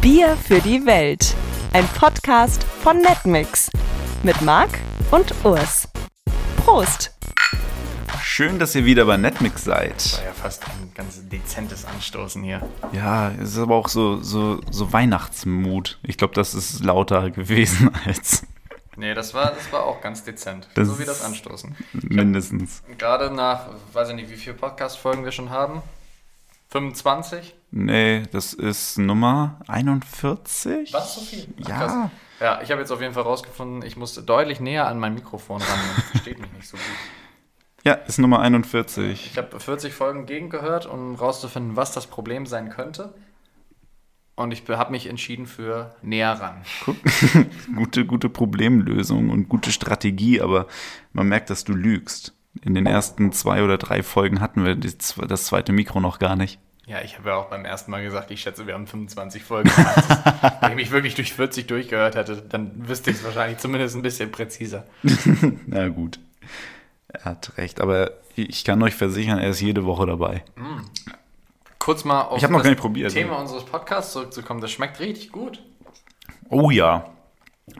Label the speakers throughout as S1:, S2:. S1: Bier für die Welt. Ein Podcast von Netmix mit Marc und Urs. Prost!
S2: Schön, dass ihr wieder bei Netmix seid.
S3: war ja fast ein ganz dezentes Anstoßen hier.
S2: Ja, es ist aber auch so, so, so Weihnachtsmut. Ich glaube, das ist lauter gewesen als
S3: Nee, das war, das war auch ganz dezent.
S2: Das
S3: so wie das
S2: ist-
S3: Anstoßen.
S2: mindestens.
S3: Gerade nach, weiß ich nicht, wie viele Podcast-Folgen wir schon haben. 25?
S2: Nee, das ist Nummer 41.
S3: Was so viel? Ach,
S2: Ja.
S3: krass. Ja, ich habe jetzt auf jeden Fall rausgefunden, ich musste deutlich näher an mein Mikrofon ran. Man versteht mich nicht so gut.
S2: Ja, ist Nummer 41.
S3: Ich habe 40 Folgen gegengehört, um rauszufinden, was das Problem sein könnte. Und ich habe mich entschieden für näher ran.
S2: Guck. gute, gute Problemlösung und gute Strategie, aber man merkt, dass du lügst. In den ersten zwei oder drei Folgen hatten wir die zwe- das zweite Mikro noch gar nicht.
S3: Ja, ich habe ja auch beim ersten Mal gesagt, ich schätze, wir haben 25 Folgen gemacht. Wenn ich mich wirklich durch 40 durchgehört hätte, dann wüsste ich es wahrscheinlich zumindest ein bisschen präziser.
S2: Na gut. Er hat recht, aber ich kann euch versichern, er ist jede Woche dabei.
S3: Kurz mal auf
S2: Ich hab noch
S3: das
S2: gar nicht probiert. ne?
S3: Thema unseres Podcasts zurückzukommen. Das schmeckt richtig gut.
S2: Oh ja.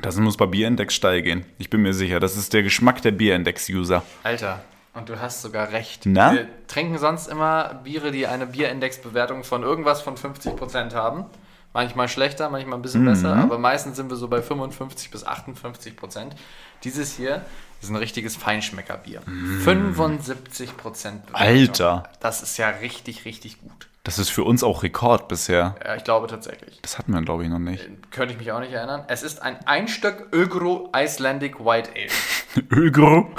S2: Das muss bei Bierindex steil gehen. Ich bin mir sicher, das ist der Geschmack der Bierindex-User.
S3: Alter, und du hast sogar recht.
S2: Na?
S3: Wir trinken sonst immer Biere, die eine Bierindex-Bewertung von irgendwas von 50% haben. Manchmal schlechter, manchmal ein bisschen
S2: Mhm.
S3: besser, aber meistens sind wir so bei 55 bis 58 Prozent. Dieses hier ist ein richtiges Feinschmeckerbier. 75 Prozent.
S2: Mhm. Alter.
S3: Das ist ja richtig, richtig gut.
S2: Das ist für uns auch Rekord bisher.
S3: Ja, ich glaube tatsächlich.
S2: Das hatten wir, glaube ich, noch nicht.
S3: Könnte ich mich auch nicht erinnern. Es ist ein Einstöck Ögro Icelandic White Ale.
S2: Ögro.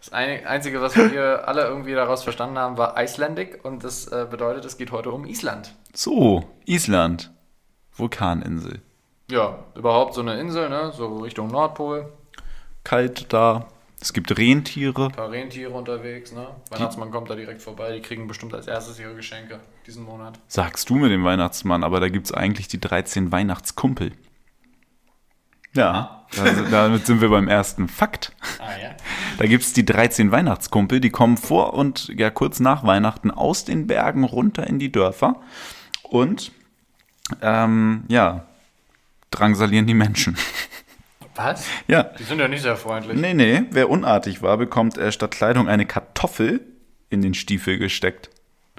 S3: Das ein- Einzige, was wir alle irgendwie daraus verstanden haben, war Icelandic und das äh, bedeutet, es geht heute um Island.
S2: So, Island. Vulkaninsel.
S3: Ja, überhaupt so eine Insel, ne? so Richtung Nordpol,
S2: Kalt da. Es gibt Rentiere.
S3: ein paar Rentiere unterwegs. Ne? Weihnachtsmann kommt da direkt vorbei, die kriegen bestimmt als erstes ihre Geschenke diesen Monat.
S2: Sagst du mit dem Weihnachtsmann, aber da gibt es eigentlich die 13 Weihnachtskumpel. Ja, da- damit sind wir beim ersten Fakt.
S3: Ah ja?
S2: Da gibt es die 13 Weihnachtskumpel, die kommen vor und ja kurz nach Weihnachten aus den Bergen runter in die Dörfer und ähm, ja, drangsalieren die Menschen.
S3: Was?
S2: ja.
S3: Die sind ja nicht sehr freundlich.
S2: Nee, nee, wer unartig war, bekommt äh, statt Kleidung eine Kartoffel in den Stiefel gesteckt.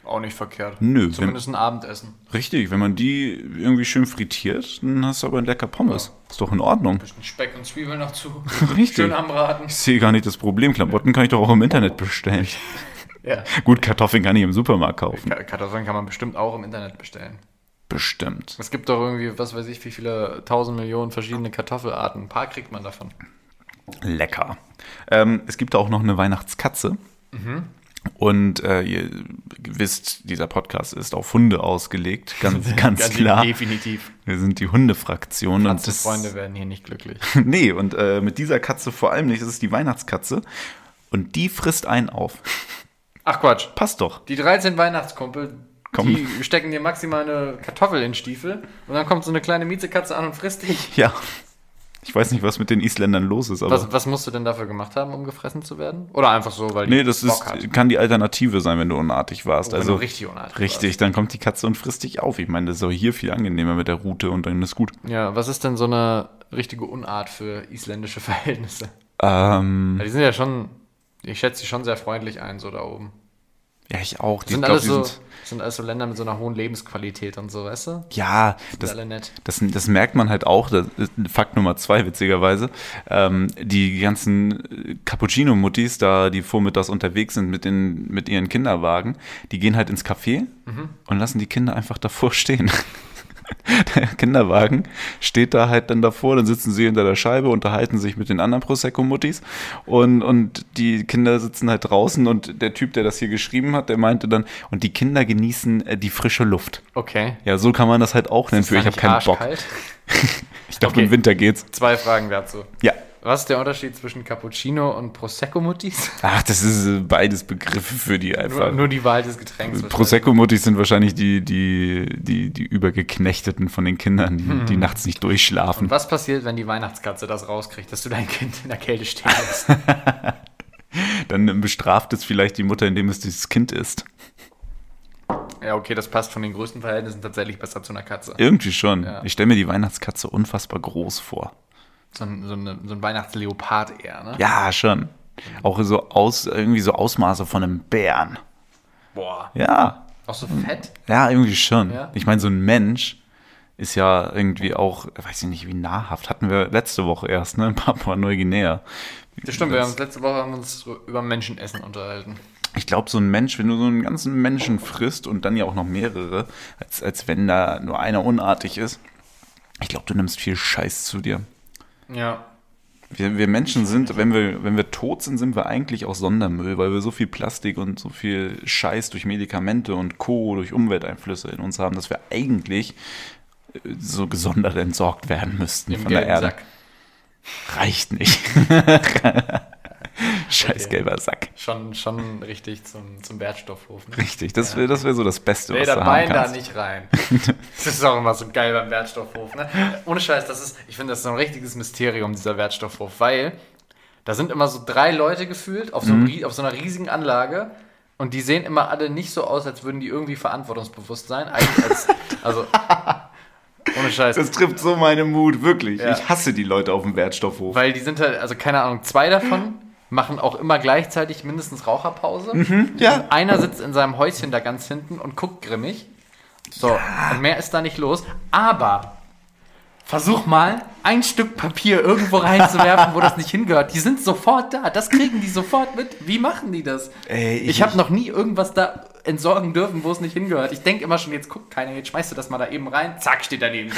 S3: Auch nicht verkehrt.
S2: Nö, wenn-
S3: Zumindest ein Abendessen.
S2: Richtig, wenn man die irgendwie schön frittiert, dann hast du aber ein lecker Pommes. Ist doch in Ordnung.
S3: Bisschen Speck und Zwiebeln noch zu.
S2: Richtig.
S3: Schön anbraten.
S2: Ich sehe gar nicht das Problem. Klamotten kann ich doch auch im Internet bestellen.
S3: Ja.
S2: Gut, Kartoffeln kann ich im Supermarkt kaufen.
S3: Ka- Kartoffeln kann man bestimmt auch im Internet bestellen.
S2: Bestimmt.
S3: Es gibt doch irgendwie, was weiß ich, wie viele tausend Millionen verschiedene Kartoffelarten. Ein paar kriegt man davon.
S2: Lecker. Ähm, es gibt auch noch eine Weihnachtskatze. Und äh, ihr wisst, dieser Podcast ist auf Hunde ausgelegt, ganz, ganz klar.
S3: Also Definitiv.
S2: Wir sind die Hundefraktion. und
S3: Unsere
S2: das-
S3: Freunde werden hier nicht glücklich.
S2: Nee, und äh, mit dieser Katze vor allem nicht. Das ist die Weihnachtskatze. Und die frisst einen auf.
S3: Ach Quatsch.
S2: Passt doch.
S3: Die 13 Weihnachtskumpel,
S2: Komm.
S3: die stecken dir maximal eine Kartoffel in den Stiefel und dann kommt so eine kleine Miezekatze an und frisst dich.
S2: Ja. Ich weiß nicht, was mit den Isländern los ist, aber.
S3: Was, was musst du denn dafür gemacht haben, um gefressen zu werden? Oder einfach so, weil die
S2: Nee, das
S3: Bock
S2: ist, also
S3: hat? Oh,
S2: kann die Alternative sein, wenn du unartig warst.
S3: Wenn
S2: also
S3: du richtig unartig
S2: Richtig, dann kommt die Katze und frisst dich auf. Ich meine, das ist auch hier viel angenehmer mit der Rute und dann ist gut.
S3: Ja, was ist denn so eine richtige Unart für isländische Verhältnisse?
S2: Ähm,
S3: Ja, die sind ja schon, ich schätze die schon sehr freundlich ein, so da oben.
S2: ja, ich auch. Die,
S3: Sind,
S2: ich glaub,
S3: alles,
S2: die
S3: so,
S2: sind,
S3: sind alles so Länder mit so einer hohen Lebensqualität und so, weißt du? Sind
S2: ja, das,
S3: alle nett.
S2: das, das merkt man halt auch. Das ist Fakt Nummer zwei, witzigerweise. Ähm, die ganzen äh, Cappuccino-Muttis da, die vormittags unterwegs sind mit, den, mit ihren Kinderwagen, die gehen halt ins Café
S3: Mhm.
S2: und lassen die Kinder einfach davor stehen. Der Kinderwagen steht da halt dann davor, dann sitzen sie hinter der Scheibe, unterhalten sich mit den anderen Prosecco-Muttis und, und die Kinder sitzen halt draußen und der Typ, der das hier geschrieben hat, der meinte dann, und die Kinder genießen äh, die frische Luft.
S3: Okay.
S2: Ja, so kann man das halt auch nennen.
S3: Ist
S2: Für ich
S3: da
S2: habe
S3: nicht
S2: keinen Bock.
S3: arschkalt?
S2: Ich glaube,
S3: Okay.
S2: im Winter geht's.
S3: Zwei Fragen dazu.
S2: Ja.
S3: Was ist der Unterschied zwischen Cappuccino und Prosecco-Muttis?
S2: Ach, das ist äh, beides Begriffe für die einfach.
S3: Nur, nur die Wahl des Getränks.
S2: Prosecco-Muttis sind wahrscheinlich die, die, die, die Übergeknechteten von den Kindern, die, die nachts nicht durchschlafen.
S3: Hm. Was passiert, wenn die Weihnachtskatze das rauskriegt, dass du dein Kind in der Kälte stehen lässt?
S2: Dann bestraft es vielleicht die Mutter, indem es dieses Kind isst.
S3: Ja, okay, das passt von den Größenverhältnissen tatsächlich besser zu einer Katze.
S2: Irgendwie schon.
S3: Ja.
S2: Ich stelle mir die Weihnachtskatze unfassbar groß vor.
S3: So ein, so eine, so ein Weihnachtsleopard eher, ne?
S2: Ja, schon. Auch so aus, irgendwie so Ausmaße von einem Bären.
S3: Boah.
S2: Ja.
S3: Auch so
S2: Mhm.
S3: fett?
S2: Ja, irgendwie schon.
S3: Ja.
S2: Ich meine, so ein Mensch ist ja irgendwie auch, weiß ich nicht, wie nahrhaft. Hatten wir letzte Woche erst, ne? In Papua-Neuguinea.
S3: Das stimmt, wir haben uns letzte Woche haben wir uns so über Menschenessen unterhalten.
S2: Ich glaube, so ein Mensch, wenn du so einen ganzen Menschen frisst und dann ja auch noch mehrere, als, als wenn da nur einer unartig ist, ich glaube, du nimmst viel Scheiß zu dir.
S3: Ja.
S2: Wir, wir Menschen sind, wenn wir, wenn wir tot sind, sind wir eigentlich auch Sondermüll, weil wir so viel Plastik und so viel Scheiß durch Medikamente und Co. durch Umwelteinflüsse in uns haben, dass wir eigentlich äh, so gesondert entsorgt werden müssten
S3: Im
S2: von der
S3: gelben
S2: Erde.
S3: Sack.
S2: Reicht nicht. Scheiß gelber Sack.
S3: Schon, schon richtig zum, zum Wertstoffhof. Ne?
S2: Richtig, das wäre das wär so das Beste,
S3: Nee,
S2: was du
S3: da
S2: haben
S3: Bein da
S2: kannst.
S3: nicht rein. Das ist auch immer so geil beim Wertstoffhof. Ne? Ohne Scheiß, das ist, ich finde, das ist so ein richtiges Mysterium, dieser Wertstoffhof, weil da sind immer so drei Leute gefühlt auf so,
S2: Mhm.
S3: einem rie- auf so einer riesigen Anlage und die sehen immer alle nicht so aus, als würden die irgendwie verantwortungsbewusst sein. Eigentlich als, also, ohne Scheiß.
S2: Das trifft so meine Mut, wirklich.
S3: Ja.
S2: Ich hasse die Leute auf dem Wertstoffhof.
S3: Weil die sind halt, also keine Ahnung, zwei davon machen auch immer gleichzeitig mindestens Raucherpause.
S2: ja.
S3: Einer sitzt in seinem Häuschen da ganz hinten und guckt grimmig. So, und mehr ist da nicht los. Aber versuch mal, ein Stück Papier irgendwo reinzuwerfen, wo das nicht hingehört. Die sind sofort da. Das kriegen die sofort mit. Wie machen die das?
S2: Ey, ich-
S3: ich habe noch nie irgendwas da entsorgen dürfen, wo es nicht hingehört. Ich denke immer schon, jetzt guckt keiner, jetzt schmeißt du das mal da eben rein. Zack, steht daneben.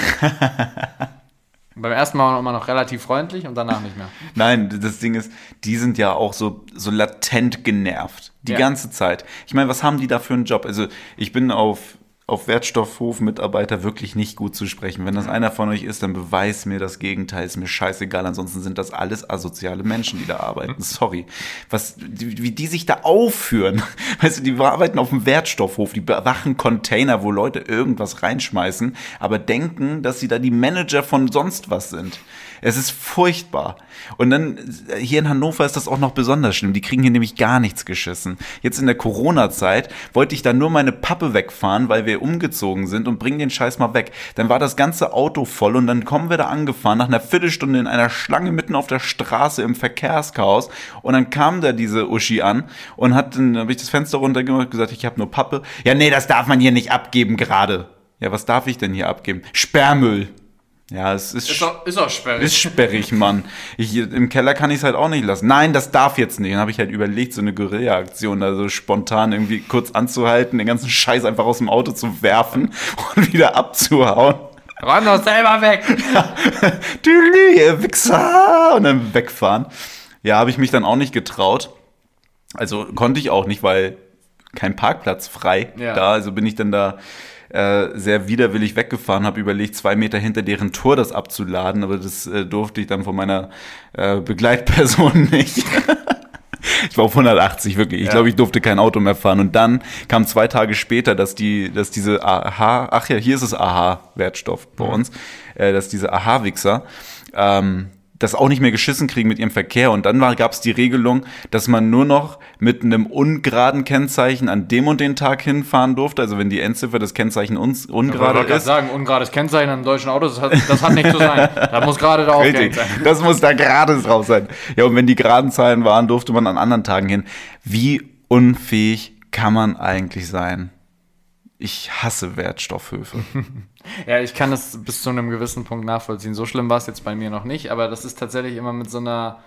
S3: Und Beim ersten Mal waren wir immer noch relativ freundlich und danach nicht mehr.
S2: Nein, das Ding ist, die sind ja auch so, so latent genervt. Die
S3: Ja.
S2: ganze Zeit. Ich meine, was haben die da für einen Job? Also, ich bin auf, auf Wertstoffhof-Mitarbeiter wirklich nicht gut zu sprechen. Wenn das einer von euch ist, dann beweis mir das Gegenteil. Ist mir scheißegal. Ansonsten sind das alles asoziale Menschen, die da arbeiten. Sorry. Was, die, wie die sich da aufführen. Weißt du, die arbeiten auf dem Wertstoffhof. Die bewachen Container, wo Leute irgendwas reinschmeißen, aber denken, dass sie da die Manager von sonst was sind. Es ist furchtbar. Und dann äh, hier in Hannover ist das auch noch besonders schlimm. Die kriegen hier nämlich gar nichts geschissen. Jetzt in der Corona-Zeit wollte ich da nur meine Pappe wegfahren, weil wir umgezogen sind und bringen den Scheiß mal weg. Dann war das ganze Auto voll und dann kommen wir da angefahren nach einer Viertelstunde in einer Schlange mitten auf der Straße im Verkehrschaos und dann kam da diese Uschi an und hat dann habe ich das Fenster runtergemacht und gesagt, ich habe nur Pappe. Ja, nee, das darf man hier nicht abgeben gerade. Ja, was darf ich denn hier abgeben? Sperrmüll. Ja, es ist,
S3: Ist auch, ist auch sperrig.
S2: ist sperrig, Mann. Ich, Im Keller kann ich es halt auch nicht lassen. Nein, das darf jetzt nicht. Dann habe ich halt überlegt, so eine Guerilla-Aktion, also spontan irgendwie kurz anzuhalten, den ganzen Scheiß einfach aus dem Auto zu werfen und wieder abzuhauen.
S3: Räum doch selber weg.
S2: Tülü, ihr Wichser! Und dann wegfahren. Ja, habe ich mich dann auch nicht getraut. Also konnte ich auch nicht, weil kein Parkplatz frei
S3: Ja.
S2: da. Also bin ich dann da äh, sehr widerwillig weggefahren, habe überlegt, zwei Meter hinter deren Tor das abzuladen, aber das äh, durfte ich dann von meiner äh, Begleitperson nicht. Ich war auf 180, wirklich. Ich glaube, ich durfte kein Auto mehr fahren. Und dann kam zwei Tage später, dass die, dass diese AHA, ach ja, hier ist es AHA-Wertstoff bei
S3: Mhm.
S2: uns, äh, dass diese AHA-Wichser ähm, das auch nicht mehr geschissen kriegen mit ihrem Verkehr. Und dann gab es die Regelung, dass man nur noch mit einem ungeraden Kennzeichen an dem und den Tag hinfahren durfte. Also wenn die Endziffer des Kennzeichen uns ungerade
S3: Ich wollte
S2: ist.
S3: sagen, ungerades Kennzeichen an deutschen Autos, das hat, das hat nicht zu sein. Da muss gerade da aufgehängt
S2: Richtig.
S3: sein.
S2: Das muss da gerade drauf sein. Ja, und wenn die geraden Zahlen waren, durfte man an anderen Tagen hin. Wie unfähig kann man eigentlich sein? Ich hasse Wertstoffhöfe.
S3: Ja, ich kann das bis zu einem gewissen Punkt nachvollziehen. So schlimm war es jetzt bei mir noch nicht, aber das ist tatsächlich immer mit so einer,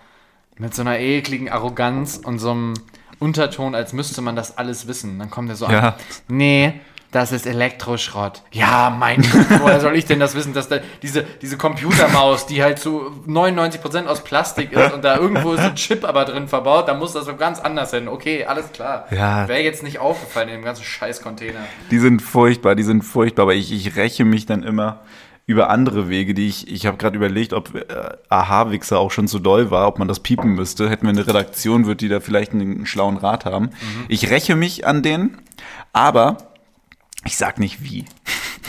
S3: mit so einer ekligen Arroganz und so einem Unterton, als müsste man das alles wissen. Dann kommt er so an.
S2: Ja.
S3: Nee. Das ist Elektroschrott. Ja, mein Gott, woher soll ich denn das wissen, dass da diese, diese Computermaus, die halt zu 99% aus Plastik ist und da irgendwo ist ein Chip aber drin verbaut, da muss das so ganz anders hin. Okay, alles klar.
S2: Ja.
S3: Wäre jetzt nicht aufgefallen in dem ganzen Scheiß-Container.
S2: Die sind furchtbar, die sind furchtbar, aber ich, ich räche mich dann immer über andere Wege, die ich, ich habe gerade überlegt, ob äh, Aha-Wichser auch schon zu doll war, ob man das piepen müsste. Hätten wir eine Redaktion, wird die da vielleicht einen, schlauen Rat haben. Ich räche mich an denen, aber ich sag nicht wie.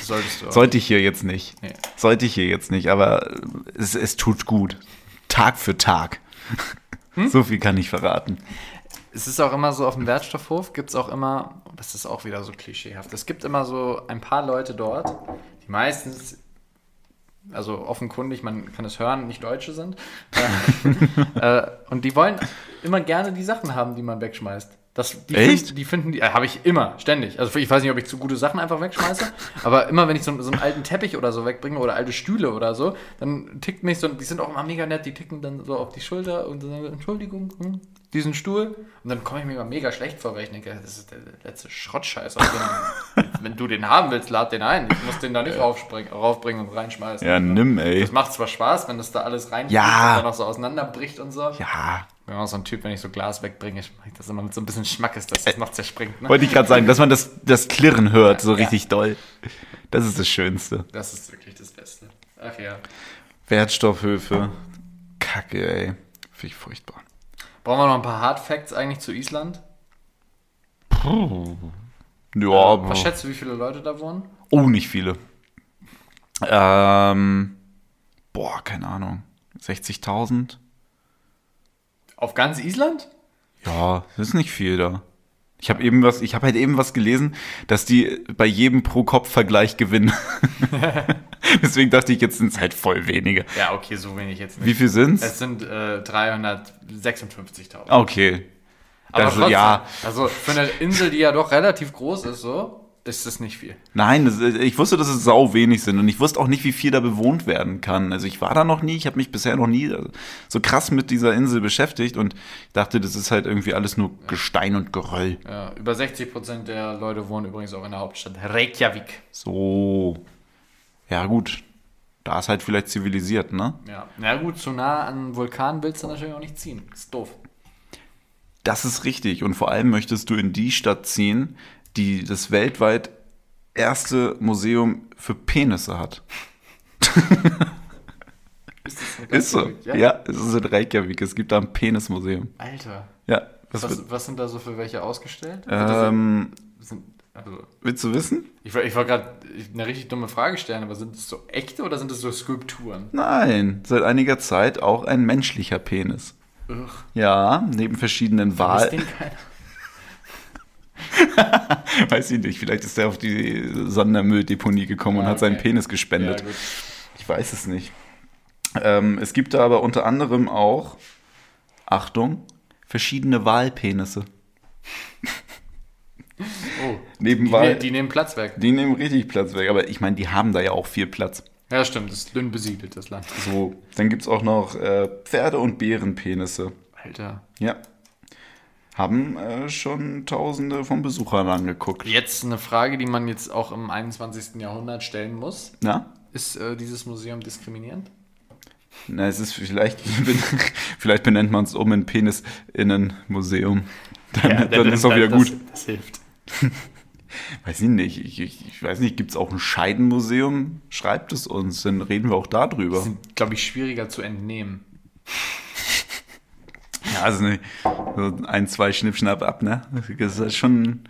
S3: Solltest du auch.
S2: Sollte ich hier jetzt nicht.
S3: Nee.
S2: Sollte ich hier jetzt nicht, aber es,
S3: Hm?
S2: es tut gut. Tag für Tag. So viel kann ich verraten.
S3: Es ist auch immer so, auf dem Wertstoffhof gibt es auch immer, das ist auch wieder so klischeehaft, es gibt immer so ein paar Leute dort, die meistens, also offenkundig, man kann es hören, nicht Deutsche sind. Äh, äh, und die wollen immer gerne die Sachen haben, die man wegschmeißt. Das, die
S2: Echt?
S3: Finden, die finden die, äh, habe ich immer, ständig. Also ich weiß nicht, ob ich zu gute Sachen einfach wegschmeiße, aber immer wenn ich so, so einen alten Teppich oder so wegbringe oder alte Stühle oder so, dann tickt mich so, die sind auch immer mega nett, die ticken dann so auf die Schulter und sagen, Entschuldigung, hm, diesen Stuhl. Und dann komme ich mir immer mega schlecht vor, weil ich denke, das ist der letzte Schrottscheiß. aus dem- wenn du den haben willst, lad den ein. Ich muss den da nicht raufspringen- raufbringen und reinschmeißen.
S2: Ja, nimm, ey.
S3: Das macht zwar Spaß, wenn das da alles rein
S2: Ja.
S3: und dann auch so auseinanderbricht und so.
S2: Ja.
S3: Ich bin auch so ein Typ, wenn ich so Glas wegbringe, ich mache das immer mit so ein bisschen Schmackes, dass das noch zerspringt. Ne?
S2: Wollte ich gerade sagen, dass man das, das Klirren hört, so richtig doll. Das ist das Schönste.
S3: Das ist wirklich das Beste. Ach ja.
S2: Wertstoffhöfe. Kacke, ey. Finde ich furchtbar.
S3: Brauchen wir noch ein paar Hard Facts eigentlich zu Island?
S2: Ja, aber-
S3: Was schätzt du, wie viele Leute da wohnen?
S2: Oh, nicht viele. Ähm, boah, keine Ahnung. 60.000?
S3: Auf ganz Island?
S2: Ja, das ist nicht viel da. Ich habe eben was, ich habe halt eben was gelesen, dass die bei jedem Pro-Kopf-Vergleich gewinnen. Deswegen dachte ich, jetzt sind es halt voll wenige.
S3: Ja, okay, so wenig jetzt
S2: Wie viel sind's?
S3: Es sind äh, 356.000.
S2: Okay. das- ja.
S3: Also für eine Insel, die ja doch relativ groß ist, so, ist das nicht viel.
S2: Nein, das, ich wusste, dass es sau wenig sind und ich wusste auch nicht, wie viel da bewohnt werden kann. Also ich war da noch nie, ich habe mich bisher noch nie äh, so krass mit dieser Insel beschäftigt und dachte, das ist halt irgendwie alles nur Gestein und Geröll.
S3: Ja, über 60% der Leute wohnen übrigens auch in der Hauptstadt Reykjavik.
S2: So. Ja, gut. Da ist halt vielleicht zivilisiert, ne?
S3: Ja. Na gut, zu nah an einen Vulkan willst du natürlich auch nicht ziehen. Ist doof.
S2: Das ist richtig. Und vor allem möchtest du in die Stadt ziehen, die das weltweit erste Museum für Penisse hat.
S3: Ist, das eine
S2: Ist so.
S3: Reykjavik?
S2: Ja, es ist in Reykjavik. Es gibt da ein Penismuseum.
S3: Alter.
S2: Ja, das wird,
S3: Was, was sind da so für welche ausgestellt?
S2: ähm,
S3: Das sind, also,
S2: willst du wissen?
S3: ich wollte ich wollt gerade eine richtig dumme Frage stellen, aber sind das so echte oder sind das so Skulpturen?
S2: Nein, seit einiger Zeit auch ein menschlicher Penis.
S3: Ugh,
S2: Ja, neben verschiedenen
S3: das
S2: Wahlen.
S3: Ding keiner.
S2: Weiß ich nicht, vielleicht ist er auf die Sondermülldeponie gekommen und
S3: Ah,
S2: hat seinen
S3: okay.
S2: Penis
S3: Ja,
S2: gespendet.
S3: gut.
S2: Ich weiß es nicht. Ähm, es gibt da aber unter anderem auch, Achtung, verschiedene Wahlpenisse.
S3: Oh,
S2: Neben
S3: die,
S2: Wahl,
S3: ne- die nehmen Platz weg.
S2: die nehmen richtig Platz weg, aber ich meine, die haben da ja auch viel Platz.
S3: Ja, stimmt, das ist dünn besiedelt, das Land.
S2: So, dann gibt es auch noch äh, Pferde- und Bärenpenisse.
S3: Alter.
S2: Ja. Haben äh, schon tausende von Besuchern angeguckt.
S3: Jetzt eine Frage, die man jetzt auch im 21. Jahrhundert stellen muss.
S2: Na?
S3: Ist äh, dieses Museum diskriminierend?
S2: Na, es ist vielleicht, vielleicht benennt man es um in Penisinnenmuseum. Dann, dann ist auch wieder gut.
S3: halt Das, das hilft.
S2: Weiß ich nicht. Ich, ich, ich weiß nicht, gibt es auch ein Scheidenmuseum? Schreibt es uns, dann reden wir auch darüber.
S3: Die sind, glaube ich, schwieriger zu entnehmen.
S2: Ja, also ne, so ein, zwei Schnippschnapp ab, ne? Das ist schon.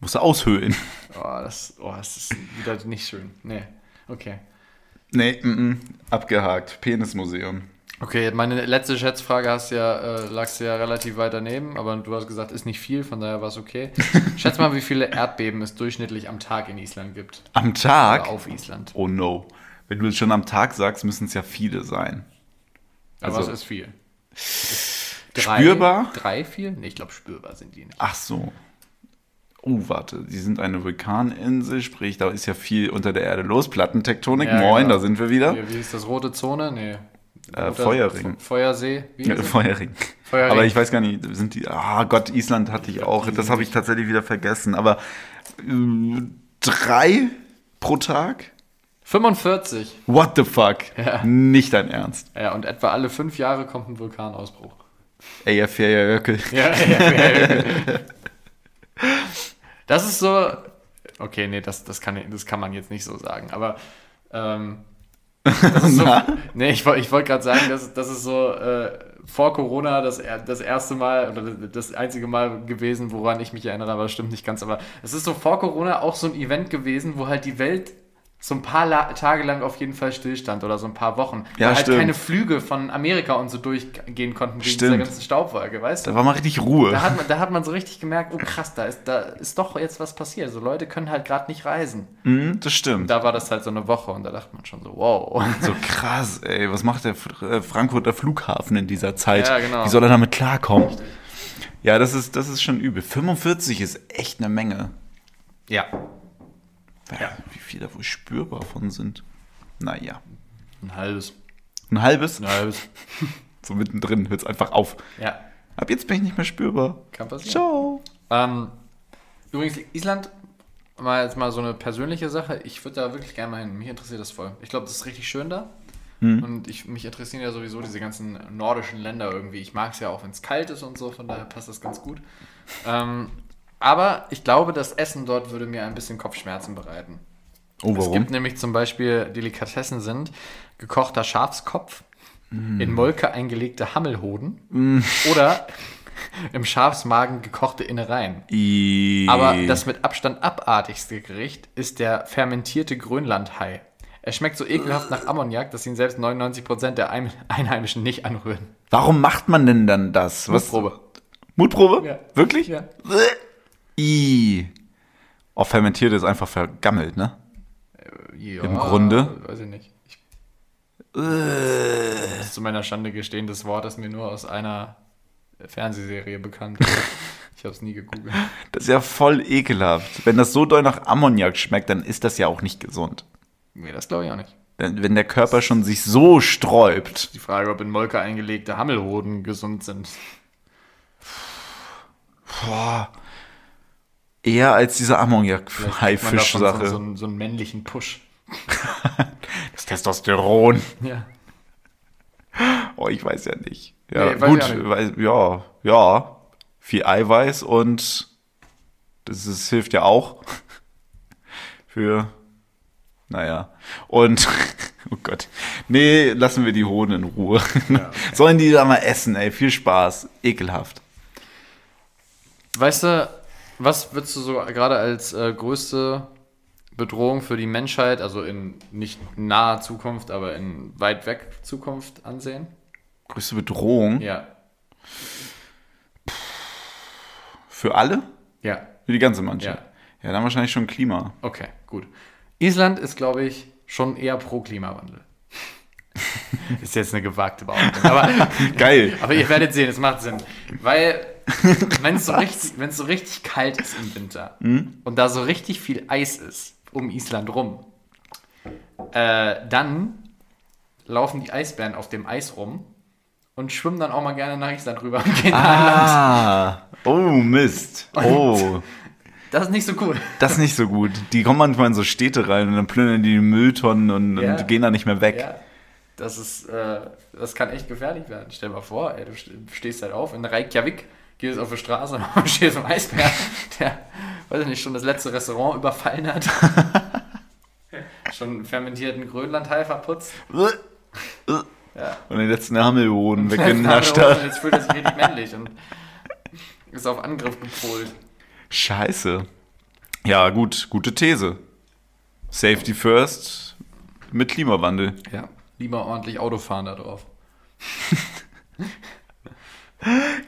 S2: Musst du aushöhlen.
S3: Oh, das, oh, das ist wieder nicht schön. Nee. Okay.
S2: Nee, mm, mm, abgehakt. Penismuseum.
S3: Okay, meine letzte Schätzfrage hast ja, äh, lagst ja relativ weit daneben, aber du hast gesagt, ist nicht viel, von daher war es okay. Schätz mal, wie viele Erdbeben es durchschnittlich am Tag in Island gibt.
S2: Am Tag?
S3: Oder auf Island.
S2: Oh no. Wenn du es schon am Tag sagst, müssen es ja viele sein.
S3: Aber
S2: Also-
S3: es ist viel.
S2: Spürbar?
S3: Drei viel? Nee, ich glaube, spürbar sind die nicht.
S2: Ach so. Oh, warte. Die sind eine Vulkaninsel, sprich, da ist ja viel unter der Erde los. Plattentektonik,
S3: Ja,
S2: moin,
S3: genau.
S2: da sind wir wieder.
S3: Wie, wie ist das? Rote Zone? Nee.
S2: Äh,
S3: Roter-
S2: Feuerring.
S3: Fe- Feuersee? Wie
S2: Ja,
S3: ist es?
S2: Feuerring.
S3: Feuerring.
S2: Aber ich weiß gar nicht, sind die. Ah Gott, Island hatte ich auch. Das habe ich tatsächlich wieder vergessen. Aber äh, drei pro Tag?
S3: 45.
S2: What the fuck? Nicht dein Ernst.
S3: Ja, und etwa alle fünf Jahre kommt ein Vulkanausbruch.
S2: Ey, ihr Feierjöckel.
S3: Ja, ja, ja. Das ist so. Okay, nee, das, das, kann, das kann man jetzt nicht so sagen, aber. Ähm, das ist so, nee, ich, woll- ich wollte gerade sagen, das, das ist so äh, vor Corona das, er- das erste Mal oder das einzige Mal gewesen, woran ich mich erinnere, aber das stimmt nicht ganz. Aber es ist so vor Corona auch so ein Event gewesen, wo halt die Welt so ein paar La Tage lang auf jeden Fall stillstand oder so ein paar Wochen.
S2: Ja,
S3: weil halt
S2: stimmt.
S3: keine Flüge von Amerika und so durchgehen konnten wegen dieser
S2: Stimmt.
S3: ganzen Staubwolke, weißt
S2: Da
S3: du?
S2: war mal richtig Ruhe.
S3: Da hat, man, da hat man so richtig gemerkt, oh krass, da ist, da ist doch jetzt was passiert. So Leute können halt gerade nicht reisen.
S2: Mhm, das stimmt.
S3: Und da war das halt so eine Woche und da dachte man schon so, wow.
S2: So krass, ey, was macht der Fr- äh, Frankfurter Flughafen in dieser Zeit?
S3: Ja, genau.
S2: Wie soll er damit klarkommen? Ja, das ist, das ist schon übel. 45 ist echt eine Menge.
S3: Ja.
S2: Ja, wie viel da wohl spürbar von sind. Naja.
S3: Ein halbes.
S2: Ein halbes,
S3: Ein halbes.
S2: so mittendrin, hört es einfach auf.
S3: Ja,
S2: Ab jetzt bin ich nicht mehr spürbar.
S3: kann passieren.
S2: Ciao.
S3: Ähm, übrigens, Island, mal jetzt mal so eine persönliche Sache. Ich würde da wirklich gerne mal hin. Mich interessiert das voll. Ich glaube, das ist richtig schön da. Und ich, mich interessieren ja sowieso diese ganzen nordischen Länder irgendwie. Ich mag es ja auch, wenn es kalt ist und so, von daher passt das ganz gut. Ähm, aber ich glaube, das Essen dort würde mir ein bisschen Kopfschmerzen bereiten.
S2: Oh,
S3: Es
S2: warum?
S3: gibt ne- nämlich zum Beispiel Delikatessen sind gekochter Schafskopf, in Molke eingelegte Hammelhoden oder im Schafsmagen gekochte Innereien.
S2: I-
S3: Aber das mit Abstand abartigste Gericht ist der fermentierte Grönlandhai. Er schmeckt so ekelhaft nach Ammoniak, dass ihn selbst 99% der Ein- Einheimischen nicht anrühren.
S2: Warum macht man denn dann das? Was?
S3: Probe.
S2: Mutprobe?
S3: Ja.
S2: Wirklich?
S3: Ja.
S2: I. Oh, fermentiert ist einfach vergammelt, ne?
S3: Ja,
S2: Im Grunde? Äh.
S3: Weiß ich nicht. Ich muss zu meiner Schande gestehen, das Wort ist mir nur aus einer Fernsehserie bekannt. ich habe es nie gegoogelt.
S2: Das ist ja voll ekelhaft. Wenn das so doll nach Ammoniak schmeckt, dann ist das ja auch nicht gesund.
S3: Nee, das glaube ich auch nicht.
S2: Denn Wenn der Körper schon sich so sträubt.
S3: Die Frage, ob in Molke eingelegte Hammelhoden gesund sind.
S2: Boah. Eher als diese
S3: kriegt man davon
S2: Ammoniak-Haifisch-Sache.
S3: So, so, einen, so einen männlichen Push.
S2: das Testosteron.
S3: Ja.
S2: Oh, ich weiß ja nicht. Ja,
S3: Nee, weiß ich auch
S2: gut,
S3: nicht.
S2: weiß, ja, ja. Viel Eiweiß und das, ist, hilft ja auch für, naja. Und, oh Gott. Nee, lassen wir die Hoden in Ruhe. Sollen die da mal essen, ey. Viel Spaß. Ekelhaft.
S3: Weißt du, was würdest du so gerade als äh, größte Bedrohung für die Menschheit, also in nicht naher Zukunft, aber in weit weg Zukunft ansehen?
S2: Größte Bedrohung
S3: Ja.
S2: für alle?
S3: Ja.
S2: Für die ganze Mannschaft?
S3: Ja.
S2: Ja, dann wahrscheinlich schon Klima.
S3: Okay, gut. Island ist, glaube ich, schon eher pro Klimawandel. ist jetzt eine gewagte Behauptung. Aber
S2: Geil.
S3: Aber ihr werdet sehen, es macht Sinn. Weil, wenn es so, richtig- wenn's so richtig kalt ist im Winter und da so richtig viel Eis ist um Island rum, äh, dann laufen die Eisbären auf dem Eis rum und schwimmen dann auch mal gerne nach Island rüber. und gehen an Land.
S2: Ah. Oh, Mist. Oh.
S3: Das ist nicht so cool.
S2: Das ist nicht so gut. Die kommen manchmal in so Städte rein und dann plündern die die Mülltonnen und,
S3: Ja.
S2: und gehen da nicht mehr weg.
S3: Ja, das ist, äh, das kann echt gefährlich werden. Stell dir mal vor, ey, du st- stehst halt auf in Reykjavik, gehst auf die Straße und stehst am Eisbär, der, weiß ich nicht, schon das letzte Restaurant überfallen hat. schon einen fermentierten Grönlandhai verputzt. Ja.
S2: Und den letzten Hammelboden weggenascht
S3: Und
S2: hat.
S3: Jetzt fühlt er sich richtig männlich und ist auf Angriff gepolt.
S2: Scheiße. Ja, gut, gute These. Safety first mit Klimawandel.
S3: Ja. Lieber ordentlich Auto fahren da drauf.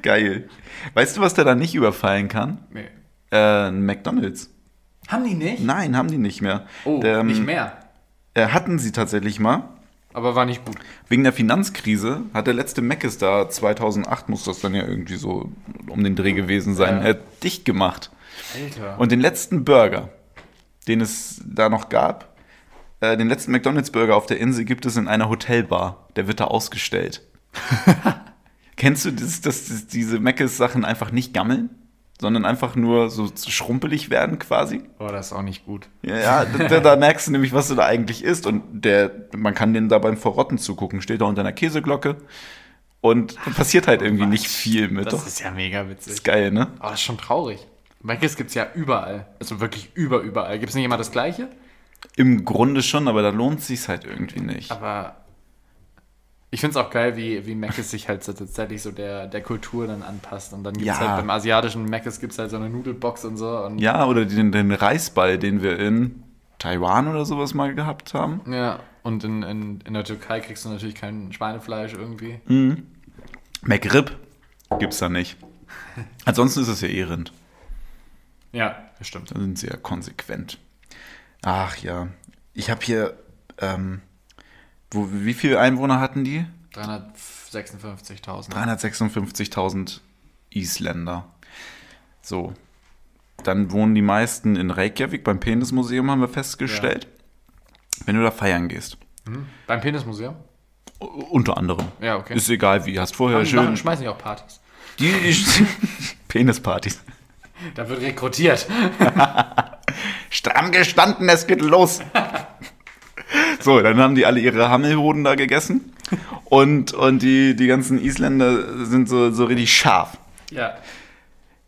S2: Geil. Weißt du, was der da nicht überfallen kann?
S3: Nee.
S2: Äh, ein McDonalds.
S3: Haben die nicht?
S2: Nein, haben die nicht mehr.
S3: Oh,
S2: Der, ähm,
S3: nicht mehr.
S2: Äh, hatten sie tatsächlich mal.
S3: Aber war nicht gut.
S2: Wegen der Finanzkrise hat der letzte Meckes da 2008, muss das dann ja irgendwie so um den Dreh gewesen sein,
S3: Ja.
S2: äh, dicht gemacht.
S3: Alter.
S2: Und den letzten Burger, den es da noch gab, äh, den letzten McDonalds-Burger auf der Insel gibt es in einer Hotelbar. Der wird da ausgestellt. Kennst du das, dass das- diese Meckes-Sachen einfach nicht gammeln, sondern einfach nur so schrumpelig werden quasi?
S3: Oh, das ist auch nicht gut.
S2: Ja, da, da merkst du nämlich, was du da eigentlich isst. Und der, man kann denen da beim Verrotten zugucken. Steht da unter einer Käseglocke. Und da passiert halt irgendwie nicht viel mit.
S3: oh Das
S2: Doch,
S3: ist ja mega
S2: ist
S3: witzig.
S2: geil, ne?
S3: Aber das ist schon traurig. Mc's gibt es ja überall. Also wirklich über, überall. Gibt es nicht immer das Gleiche?
S2: Im Grunde schon, aber da lohnt sich's halt irgendwie nicht.
S3: Aber ich finde es auch geil, wie, wie Mc's sich halt so tatsächlich so der, der Kultur dann anpasst. Und dann gibt es
S2: Ja.
S3: halt beim asiatischen Mc's gibt es halt so eine Nudelbox und so. Und
S2: Ja, oder den, den Reisball, den wir in Taiwan oder sowas mal gehabt haben.
S3: Ja, und in, in, in der Türkei kriegst du natürlich kein Schweinefleisch irgendwie.
S2: McRib gibt's da nicht. Ansonsten ist es ja eh Rind.
S3: Ja, das stimmt.
S2: Da sind sie ja konsequent. Ach ja. Ich habe hier, ähm, wo, wie viele Einwohner hatten die?
S3: 356.000.
S2: 356.000 Isländer. So. Dann wohnen die meisten in Reykjavik beim Penismuseum, haben wir festgestellt. Wenn du da feiern gehst.
S3: Beim Penismuseum?
S2: U unter anderem.
S3: Ja, okay.
S2: Ist egal wie, hast vorher
S3: Schön. Machen,
S2: schön.
S3: schmeißen die auch Partys.
S2: Die, Penispartys.
S3: Da wird rekrutiert.
S2: Stramm gestanden, es geht los. So, dann haben die alle ihre Hammelhoden da gegessen. Und, und die, die ganzen Isländer sind so, so richtig scharf.
S3: Ja.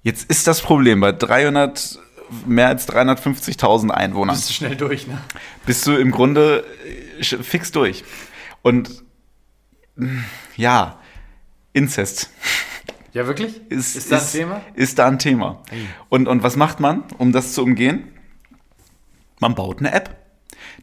S2: Jetzt ist das Problem bei 300, mehr als 350.000 Einwohnern.
S3: Bist du schnell durch, ne?
S2: Bist du im Grunde äh, sch- fix durch. Und mh, ja, Inzest
S3: Ja, wirklich?
S2: ist,
S3: ist das ein Thema?
S2: Ist da ein Thema. Und, und was macht man, um das zu umgehen? Man baut eine App.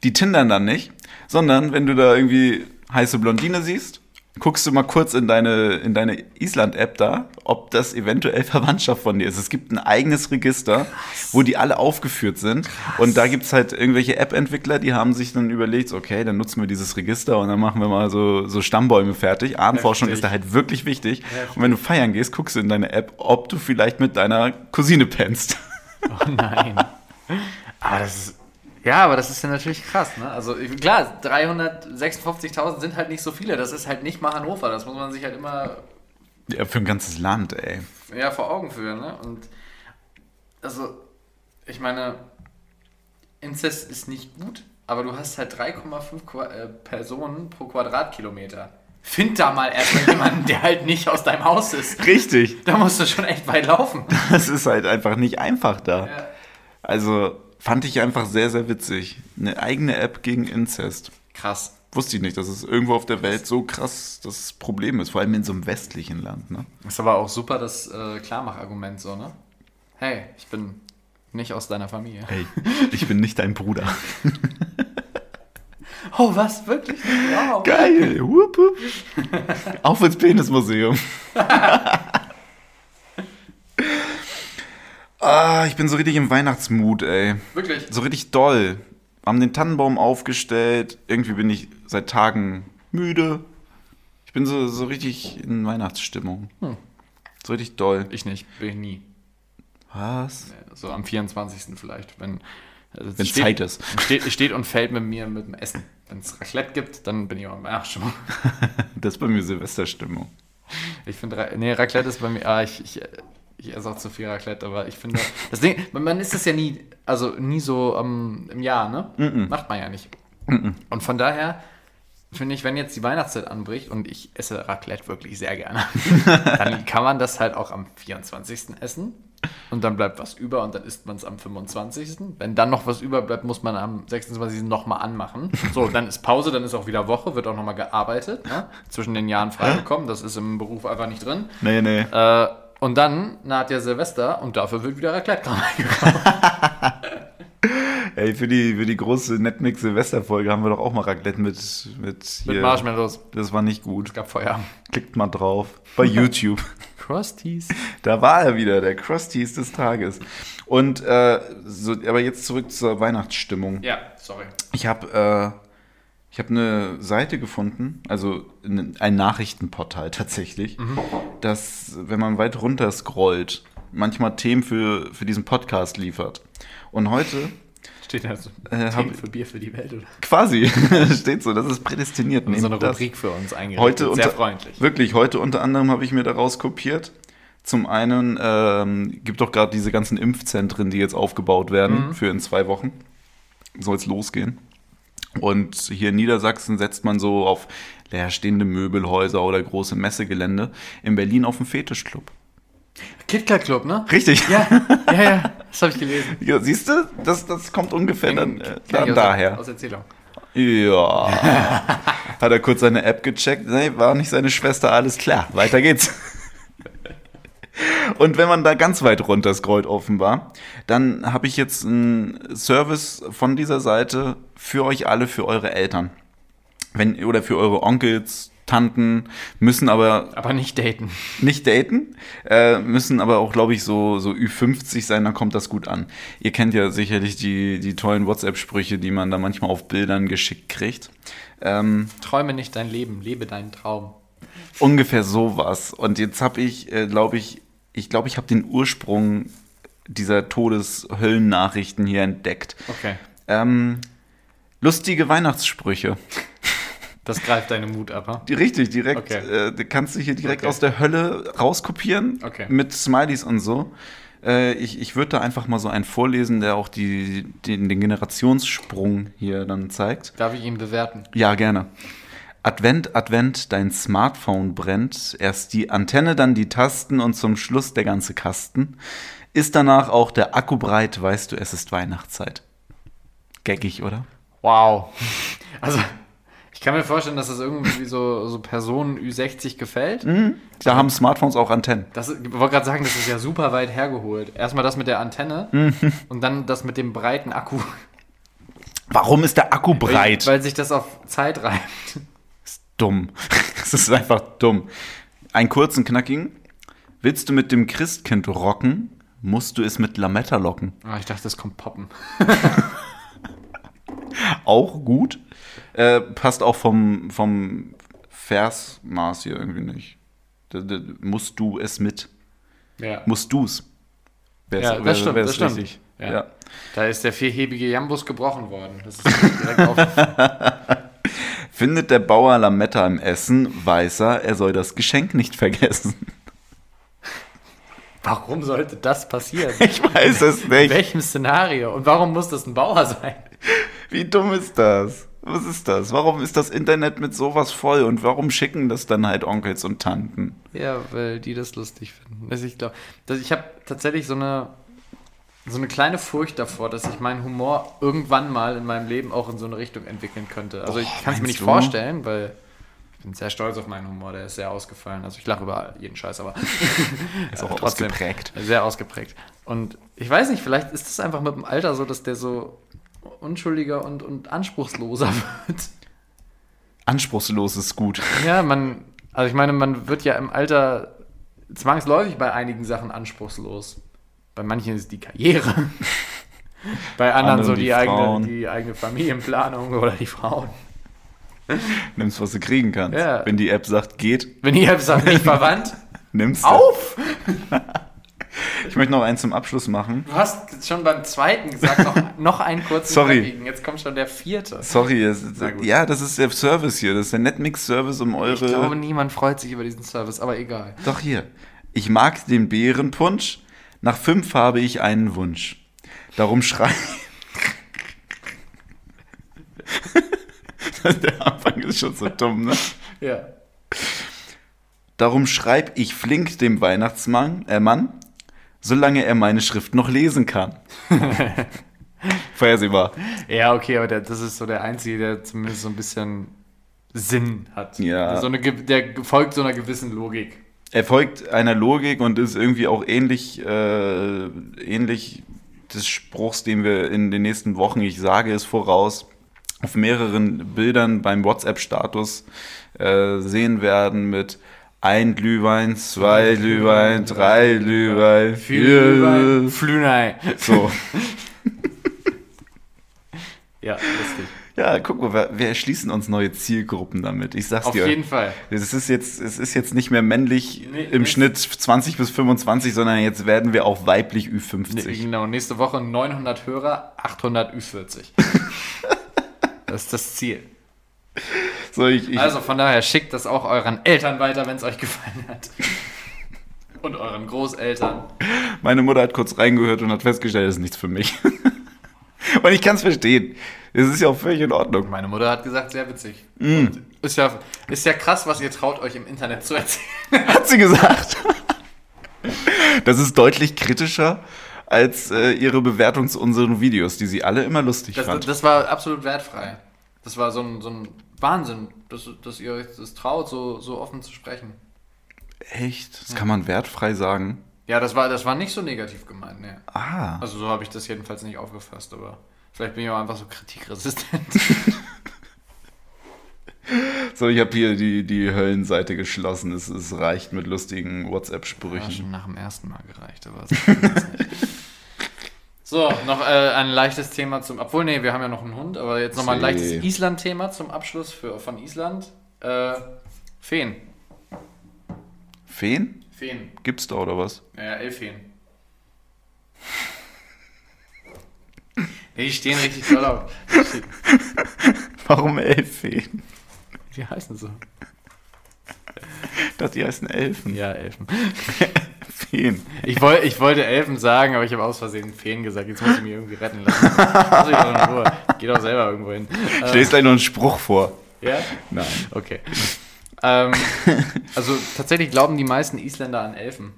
S2: Die tindern dann nicht, sondern wenn du da irgendwie heiße Blondine siehst, guckst du mal kurz in deine, in deine Island-App da, ob das eventuell Verwandtschaft von dir ist. Es gibt ein eigenes Register, wo die alle aufgeführt sind. Und da gibt es halt irgendwelche App-Entwickler, die haben sich dann überlegt, okay, dann nutzen wir dieses Register und dann machen wir mal so, so Stammbäume fertig. Ahnenforschung
S3: Heftig.
S2: ist da halt wirklich wichtig. Und wenn du feiern gehst, guckst du in deine App, ob du vielleicht mit deiner Cousine pennst.
S3: Oh nein. aber das ist. Ja, aber das ist ja natürlich krass, ne? Also ich- klar, 356.000 sind halt nicht so viele. Das ist halt nicht mal Hannover. Das muss man sich halt immer
S2: Ja, für ein ganzes Land, ey.
S3: ja, vor Augen führen, ne? Und also, ich meine, Inzest ist nicht gut, aber du hast halt 3,5 Qua- äh, Personen pro Quadratkilometer. Find da mal erstmal jemanden, der halt nicht aus deinem Haus ist.
S2: Richtig.
S3: Da musst du schon echt weit laufen.
S2: Das ist halt einfach nicht einfach da.
S3: Ja.
S2: Also fand ich einfach sehr, sehr witzig. Eine eigene App gegen Inzest.
S3: Krass.
S2: Wusste ich nicht, dass es irgendwo auf der Welt so krass das Problem ist. Vor allem in so einem westlichen Land. Ne?
S3: Ist aber auch super das äh, Klarmachargument so, ne? Hey, ich bin nicht aus deiner Familie.
S2: Hey, ich bin nicht dein Bruder.
S3: Oh, was? Wirklich? Wow.
S2: Geil. Hup, hup. Auf ins Penismuseum. ah, ich bin so richtig im Weihnachtsmut, ey.
S3: Wirklich?
S2: so richtig doll. Haben den Tannenbaum aufgestellt. Irgendwie bin ich seit Tagen müde. Ich bin so, so richtig in Weihnachtsstimmung. So richtig doll.
S3: Hm. Ich nicht, bin ich nie. Äh,
S2: Was?
S3: So am 24. vielleicht, wenn also
S2: Wenn's Zeit ist.
S3: Steht, steht und fällt mit mir mit dem Essen. Wenn es Raclette gibt, dann bin ich auch am Arsch.
S2: Das ist bei mir Silvesterstimmung.
S3: Ich finde, Ra- nee, Raclette ist bei mir, ah, ich, ich, ich esse auch zu viel Raclette, aber ich finde, das Ding, man- man ist es ja nie, also nie so ähm, im Jahr, ne? Macht man ja nicht. Und von daher finde ich, wenn jetzt die Weihnachtszeit anbricht und ich esse Raclette wirklich sehr gerne, dann kann man das halt auch am 24. essen und dann bleibt was über und dann isst man es am 25. Wenn dann noch was über bleibt, muss man am 26. nochmal anmachen. So, dann ist Pause, dann ist auch wieder Woche, wird auch nochmal gearbeitet, ne? zwischen den Jahren freigekommen, das ist im Beruf einfach nicht drin.
S2: Nee, nee.
S3: Äh, und dann naht ja Silvester und dafür wird wieder Raclette gemacht.
S2: Ey, für die, für die große Netmix Silvesterfolge haben wir doch auch mal Raclette mit, mit hier.
S3: Mit Marshmallows.
S2: Das war nicht gut.
S3: Es gab Feuer.
S2: Klickt mal drauf. Bei YouTube.
S3: Crusties.
S2: Da war er wieder, der Krusties des Tages. Und äh, so, aber jetzt zurück zur Weihnachtsstimmung.
S3: Ja, sorry.
S2: Ich habe äh, ich hab eine Seite gefunden, also n- ein Nachrichtenportal tatsächlich,
S3: Mhm.
S2: das, wenn man weit runter scrollt, manchmal Themen für, für diesen Podcast liefert. Und heute
S3: Steht da so
S2: Äh, hab-
S3: für Bier für die Welt oder
S2: quasi steht so, das ist prädestiniert.
S3: so
S2: Nehmt
S3: eine
S2: das.
S3: Rubrik für uns eingerichtet.
S2: Heute
S3: Sehr
S2: unter,
S3: freundlich.
S2: Wirklich, heute unter anderem habe ich mir daraus kopiert. Zum einen ähm, gibt doch gerade diese ganzen Impfzentren, die jetzt aufgebaut werden
S3: Mhm.
S2: für in zwei Wochen. Soll es losgehen. Und hier in Niedersachsen setzt man so auf leerstehende Möbelhäuser oder große Messegelände. In Berlin auf den Fetischclub.
S3: KitKat Club, ne?
S2: Richtig.
S3: Ja, ja, ja. Das habe ich gelesen.
S2: Ja, siehst du, das, das kommt ungefähr dann, äh,
S3: Kenn ich
S2: dann
S3: aus-
S2: daher.
S3: Aus Erzählung.
S2: Ja. Hat er kurz seine App gecheckt? Nee, war nicht seine Schwester, alles klar. Weiter geht's. Und wenn man da ganz weit runter scrollt, offenbar, dann habe ich jetzt einen Service von dieser Seite für euch alle, für eure Eltern. Wenn, oder für eure Onkels, Tanten, müssen aber
S3: Aber nicht daten.
S2: nicht daten, äh, müssen aber auch, glaube ich, so, so Ü50 sein, dann kommt das gut an. Ihr kennt ja sicherlich die, die tollen WhatsApp-Sprüche, die man da manchmal auf Bildern geschickt kriegt. Ähm,
S3: Träume nicht dein Leben, lebe deinen Traum.
S2: ungefähr sowas. Und jetzt habe ich, äh, glaube ich, ich glaube, ich habe den Ursprung dieser Todeshöllennachrichten hier entdeckt.
S3: Okay.
S2: Ähm, lustige Weihnachtssprüche.
S3: Das greift deine Mut ab, ha?
S2: Die- Richtig, direkt.
S3: Okay.
S2: Äh, du kannst du hier direkt
S3: Okay.
S2: aus der Hölle rauskopieren
S3: Okay.
S2: mit Smileys und so. Äh, ich ich würde da einfach mal so einen vorlesen, der auch die, den, den Generationssprung hier dann zeigt.
S3: Darf ich ihn bewerten?
S2: Ja, gerne. Advent, Advent, dein Smartphone brennt. Erst die Antenne, dann die Tasten und zum Schluss der ganze Kasten. Ist danach auch der Akku breit, weißt du, es ist Weihnachtszeit. Gaggig, oder?
S3: Wow. Also, ich kann mir vorstellen, dass das irgendwie so, so Personen Ü60 gefällt.
S2: Mhm. Da haben Smartphones auch Antennen.
S3: Das ist- ich wollte gerade sagen, das ist ja super weit hergeholt. Erstmal das mit der Antenne
S2: Mhm.
S3: und dann das mit dem breiten Akku.
S2: Warum ist der Akku breit?
S3: Weil, weil sich das auf Zeit reibt.
S2: dumm. Es ist einfach dumm. Einen kurzen, knackigen. Willst du mit dem Christkind rocken, musst du es mit Lametta locken.
S3: Ah, ich dachte, das kommt poppen.
S2: Auch gut. Äh, passt auch vom, vom Versmaß hier irgendwie nicht. Da, da, musst du es mit.
S3: Ja.
S2: Musst du's. Wär's,
S3: Ja, das stimmt, das stimmt.
S2: richtig.
S3: Ja.
S2: Ja.
S3: Da ist der vierhebige Jambus gebrochen worden. Das ist direkt auf.
S2: Findet der Bauer Lametta im Essen, weiß er, er soll das Geschenk nicht vergessen.
S3: Warum sollte das passieren?
S2: Ich weiß es
S3: In
S2: nicht.
S3: welchem Szenario? Und warum muss das ein Bauer sein?
S2: Wie dumm ist das? Was ist das? Warum ist das Internet mit sowas voll und warum schicken das dann halt Onkels und Tanten?
S3: Ja, weil die das lustig finden. Also ich glaube, ich habe tatsächlich so eine, so eine kleine Furcht davor, dass ich meinen Humor irgendwann mal in meinem Leben auch in so eine Richtung entwickeln könnte. Also ich kann es mir
S2: meinst
S3: nicht
S2: du?
S3: vorstellen, weil ich bin sehr stolz auf meinen Humor, der ist sehr ausgefallen. Also ich lache über jeden Scheiß, aber
S2: Ist auch
S3: Trotzdem.
S2: ausgeprägt.
S3: Sehr ausgeprägt. Und ich weiß nicht, vielleicht ist es einfach mit dem Alter so, dass der so unschuldiger und, und anspruchsloser wird.
S2: Anspruchslos ist gut.
S3: Ja, man, also ich meine, man wird ja im Alter zwangsläufig bei einigen Sachen anspruchslos. Bei manchen ist die Karriere. Bei anderen,
S2: Anderen
S3: so die,
S2: die
S3: eigene,
S2: Frauen.
S3: die eigene Familienplanung oder die Frauen.
S2: Nimmst, was du kriegen kannst.
S3: Ja.
S2: Wenn die App sagt, geht,
S3: Wenn ihr sagt, nicht verwandt,
S2: nimmst du.
S3: auf!
S2: Ich möchte noch eins zum Abschluss machen.
S3: Du hast schon beim zweiten gesagt, noch, noch einen kurzen
S2: Sorry.
S3: Dreckigen. Jetzt kommt schon der vierte.
S2: Sorry, es,
S3: Na gut.
S2: ja, das ist der Service hier. Das ist der Netmix-Service um eure.
S3: Ich glaube, niemand freut sich über diesen Service, aber egal.
S2: Doch hier. Ich mag den Beerenpunsch. Nach fünf habe ich einen Wunsch. Darum schrei. Der Anfang ist schon so dumm, ne?
S3: Ja.
S2: Darum schreib ich flink dem Weihnachtsmann, äh Mann, solange er meine Schrift noch lesen kann. Vorhersehbar.
S3: Ja, okay, aber der, das ist so der Einzige, der zumindest so ein bisschen Sinn hat.
S2: Ja.
S3: So eine, ge- der folgt so einer gewissen Logik.
S2: Er folgt einer Logik und ist irgendwie auch ähnlich, äh, ähnlich des Spruchs, den wir in den nächsten Wochen, ich sage es voraus, auf mehreren Bildern beim WhatsApp-Status äh, sehen werden mit ein Glühwein, zwei Glühwein, drei Glühwein, vier.
S3: Flünei.
S2: So.
S3: Ja, lustig.
S2: Ja, guck mal, wir, wir erschließen uns neue Zielgruppen damit. Ich sag's
S3: Auf
S2: dir.
S3: jeden Fall.
S2: Es ist jetzt, es ist jetzt nicht mehr männlich
S3: Nee,
S2: im
S3: es-
S2: Schnitt 20 bis 25, sondern jetzt werden wir auch weiblich Ü50.
S3: Genau, nächste Woche 900 Hörer, 800 Ü40. Das ist das Ziel.
S2: So, ich, ich,
S3: Also von daher schickt das auch euren Eltern weiter, wenn es euch gefallen hat. Und euren Großeltern.
S2: meine Mutter hat kurz reingehört und hat festgestellt, das ist nichts für mich. und ich kann es verstehen. Es ist ja auch völlig in Ordnung.
S3: Meine Mutter hat gesagt, sehr witzig.
S2: Mm.
S3: Und Ist, ja, ist ja krass, was ihr traut, euch im Internet zu erzählen.
S2: Hat sie gesagt. das ist deutlich kritischer als äh, ihre Bewertung zu unseren Videos, die sie alle immer lustig
S3: Das,
S2: fand.
S3: das war absolut wertfrei. Das war so ein, so ein Wahnsinn, dass, dass ihr euch das traut, so, so offen zu sprechen.
S2: Echt? Das kann man wertfrei sagen.
S3: Ja, das war, das war nicht so negativ gemeint, ne.
S2: Ah.
S3: Also so habe ich das jedenfalls nicht aufgefasst, aber vielleicht bin ich auch einfach so kritikresistent.
S2: So, ich habe hier die, die Höllenseite geschlossen. Es, es reicht mit lustigen
S3: Hat
S2: WhatsApp-Sprüchen.
S3: schon nach dem ersten Mal gereicht, aber so schlimm ist nicht. So, noch äh, ein leichtes Thema zum. Obwohl, nee, wir haben ja noch einen Hund, aber jetzt nochmal ein
S2: See.
S3: leichtes Island-Thema zum Abschluss für, von Island. Äh, Feen.
S2: Feen?
S3: Feen.
S2: Gibt's da oder was?
S3: Ja, Elfeen. Nee, die stehen richtig doll auf.
S2: Warum elf Feen?
S3: Die heißen so.
S2: Ich dachte, die heißen Elfen.
S3: Ja, Elfen.
S2: Feen.
S3: Ich, woll, ich wollte Elfen sagen, aber ich habe aus Versehen Feen gesagt. Jetzt muss ich mich irgendwie retten lassen. Lass mich doch in Ruhe. Geh doch selber irgendwo hin. Ähm,
S2: Ich lese gleich noch einen Spruch vor.
S3: Ja?
S2: Nein.
S3: Okay. ähm, also tatsächlich glauben die meisten Isländer an Elfen.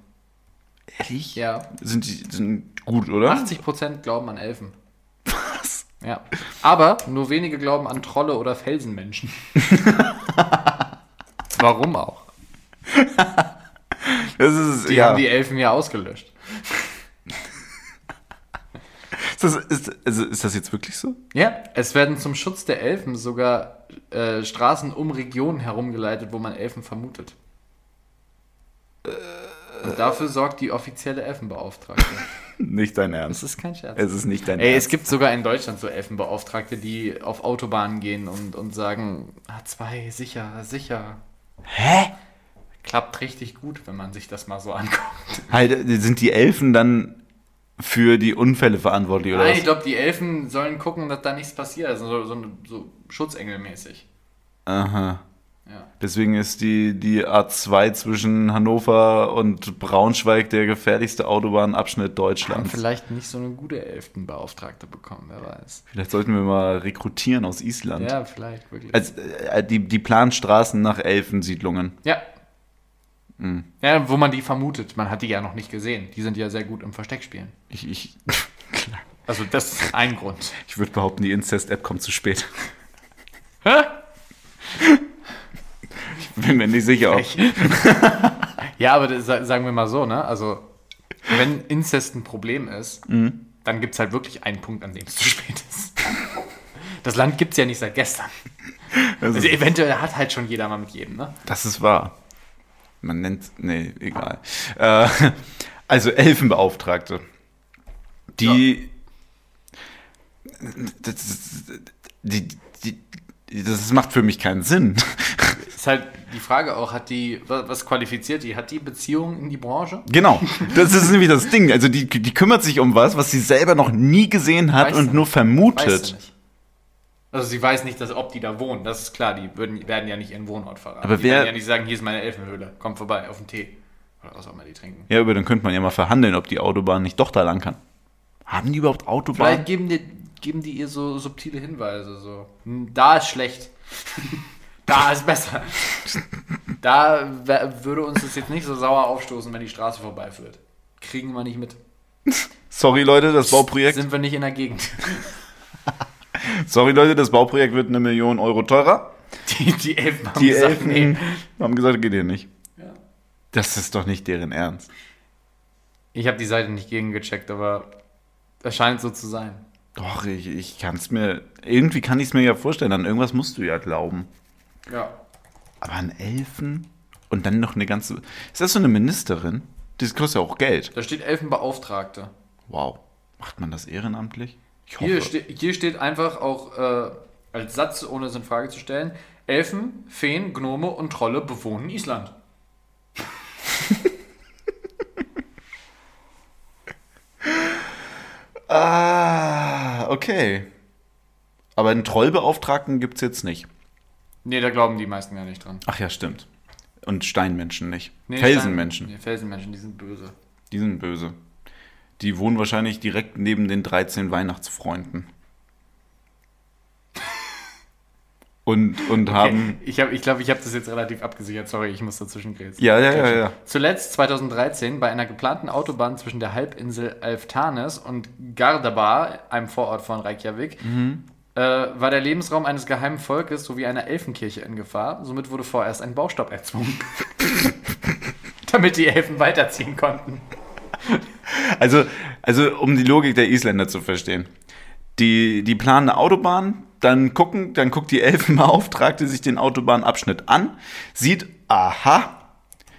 S2: Ehrlich?
S3: Ja.
S2: Sind die sind gut, oder?
S3: 80% glauben an Elfen.
S2: Was?
S3: Ja. Aber nur wenige glauben an Trolle oder Felsenmenschen. Warum auch?
S2: Das ist,
S3: Die
S2: ja.
S3: haben die Elfen ja ausgelöscht.
S2: ist, das, ist, also ist das jetzt wirklich so?
S3: Ja, es werden zum Schutz der Elfen sogar äh, Straßen um Regionen herumgeleitet, wo man Elfen vermutet. Und dafür sorgt die offizielle Elfenbeauftragte.
S2: Nicht dein Ernst.
S3: Das ist kein Scherz.
S2: Es ist nicht dein
S3: Ey, es
S2: Ernst.
S3: gibt sogar in Deutschland so Elfenbeauftragte, die auf Autobahnen gehen und, und sagen, H2, sicher, sicher.
S2: Hä?
S3: Klappt richtig gut, wenn man sich das mal so anguckt.
S2: Halt, sind die Elfen dann für die Unfälle verantwortlich oder
S3: Nein, Ah, ich
S2: was?
S3: glaube, die Elfen sollen gucken, dass da nichts passiert. Also so, so, so Schutzengelmäßig.
S2: Aha.
S3: Ja.
S2: Deswegen ist die, die A2 zwischen Hannover und Braunschweig der gefährlichste Autobahnabschnitt
S3: Haben
S2: Deutschlands. Vielleicht.
S3: vielleicht nicht so eine gute Elfenbeauftragte bekommen, wer weiß.
S2: sollten wir mal rekrutieren aus Island.
S3: Ja, vielleicht, wirklich.
S2: Also, äh, die, die Planstraßen nach Elfensiedlungen.
S3: ja.
S2: Hm.
S3: Ja, wo man die vermutet. Man hat die ja noch nicht gesehen. Die sind ja sehr gut im Versteckspielen.
S2: Ich, ich,
S3: Also das ist ein Grund.
S2: ich würde behaupten, die Incest-App kommt zu spät. ich bin mir nicht sicher. Ob,
S3: Ja, aber das, sa- sagen wir mal so, ne? Also, wenn Inzest ein Problem ist,
S2: Mhm.
S3: dann gibt es halt wirklich einen Punkt, an dem es zu spät ist. Das Land gibt es ja nicht seit gestern.
S2: also,
S3: Also eventuell hat halt schon jeder mal mit jedem, ne?
S2: Das ist wahr. Man nennt, nee, egal. Äh, also Elfenbeauftragte. Die, das, das- die, die, das macht für mich keinen Sinn.
S3: Ist halt die Frage auch, hat die, wa- was qualifiziert die? Hat die Beziehungen in die Branche?
S2: Genau, das ist nämlich das Ding. Also die, die kümmert sich um was, was sie selber noch nie gesehen hat
S3: Weiß
S2: und
S3: sie
S2: nur
S3: nicht.
S2: vermutet.
S3: Weiß sie nicht. Also sie weiß nicht, dass, ob die da wohnen. Das ist klar, die würden, werden ja nicht ihren Wohnort verraten.
S2: Aber
S3: die
S2: wer-
S3: werden ja nicht sagen, hier ist meine Elfenhöhle, komm vorbei, auf den Tee. Oder was auch immer die trinken.
S2: Ja, aber dann könnte man ja mal verhandeln, ob die Autobahn nicht doch da lang kann. Haben die überhaupt Autobahn?
S3: Vielleicht geben die, geben die ihr so subtile Hinweise, so. "Hm, Da ist schlecht. da ist besser. Da wär- würde uns das jetzt nicht so sauer aufstoßen, wenn die Straße vorbeiführt. Kriegen wir nicht mit.
S2: Sorry Leute, das Bauprojekt.
S3: Sind wir nicht in der Gegend.
S2: Sorry Leute, das Bauprojekt wird eine Million Euro teurer.
S3: Die, die Elfen haben
S2: Die
S3: gesagt,
S2: Elfen
S3: nee.
S2: haben gesagt, geht ihr nicht.
S3: Ja.
S2: Das ist doch nicht deren Ernst.
S3: Ich habe die Seite nicht gegengecheckt, aber es scheint so zu sein.
S2: Doch, ich, ich kann es mir, irgendwie kann ich es mir ja vorstellen, an irgendwas musst du ja glauben.
S3: Ja.
S2: Aber an Elfen und dann noch eine ganze, ist das so eine Ministerin? Das kostet ja auch Geld.
S3: Da steht Elfenbeauftragte.
S2: Wow, macht man das ehrenamtlich? Ich
S3: Hier, ste hier steht einfach auch äh, als Satz, ohne es in Frage zu stellen: Elfen, Feen, Gnome und Trolle bewohnen Island.
S2: ah, okay. Aber einen Trollbeauftragten gibt es jetzt nicht.
S3: Nee, da glauben die meisten ja nicht dran.
S2: Ach ja, stimmt. Und Steinmenschen nicht.
S3: Nee,
S2: Felsenmenschen.
S3: Stein- Nee, Felsenmenschen, die sind böse.
S2: Die sind böse. Die wohnen wahrscheinlich direkt neben den 13 Weihnachtsfreunden. Und, und haben.
S3: Okay, ich glaube, ich, glaub, ich habe das jetzt relativ abgesichert. Sorry, ich muss dazwischen grätschen.
S2: Ja, ja, ja, ja.
S3: Zuletzt 2013 bei einer geplanten Autobahn zwischen der Halbinsel Alftanes und Gardabar, einem Vorort von Reykjavik,
S2: Mhm.
S3: äh, war der Lebensraum eines geheimen Volkes sowie einer Elfenkirche in Gefahr. Somit wurde vorerst ein Baustopp erzwungen. damit die Elfen weiterziehen konnten.
S2: Also, also um die Logik der Isländer zu verstehen. Die, die planen eine Autobahn, dann gucken, dann guckt die Elfenbeauftragte sich den Autobahnabschnitt an, sieht, aha,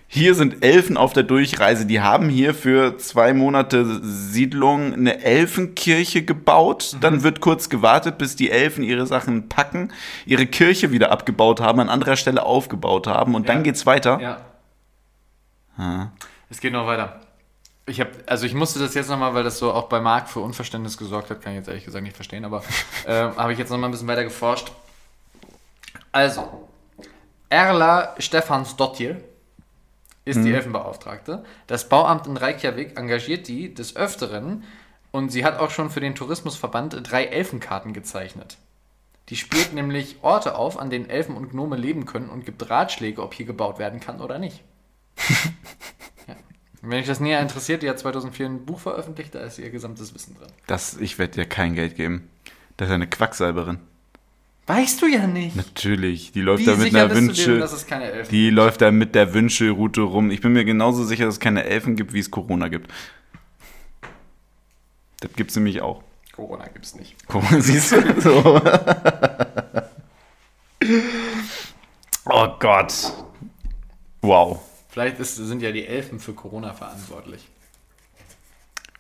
S2: hier sind Elfen auf der Durchreise, die haben hier für zwei Monate Siedlung eine Elfenkirche gebaut.
S3: Mhm.
S2: Dann wird kurz gewartet, bis die Elfen ihre Sachen packen, ihre Kirche wieder abgebaut haben, an anderer Stelle aufgebaut haben und dann geht's weiter.
S3: Ja. Es geht noch weiter. Ich habe, also ich musste das jetzt nochmal, weil das so auch bei Marc für Unverständnis gesorgt hat, kann ich jetzt ehrlich gesagt nicht verstehen, aber ähm, habe ich jetzt nochmal ein bisschen weiter geforscht. Also, Erla Stephansdottir ist die Elfenbeauftragte. Das Bauamt in Reykjavik engagiert die des Öfteren und sie hat auch schon für den Tourismusverband drei Elfenkarten gezeichnet. Die spielt nämlich Orte auf, an denen Elfen und Gnome leben können und gibt Ratschläge, ob hier gebaut werden kann oder nicht. ja. Wenn euch das näher interessiert, die hat 2004 ein Buch veröffentlicht, da ist ihr gesamtes Wissen drin.
S2: Das, ich werde dir kein Geld geben. Das ist eine Quacksalberin.
S3: Weißt du ja nicht.
S2: Natürlich, die läuft da mit einer Wünsche.
S3: denn, dass es keine Elfen
S2: Die läuft da mit der Wünschelroute rum. Ich bin mir genauso sicher, dass es keine Elfen gibt, wie es Corona gibt. Das gibt es nämlich auch.
S3: Corona gibt es nicht.
S2: Corona, siehst du? So. oh Gott. Wow.
S3: Vielleicht ist, sind ja die Elfen für Corona verantwortlich.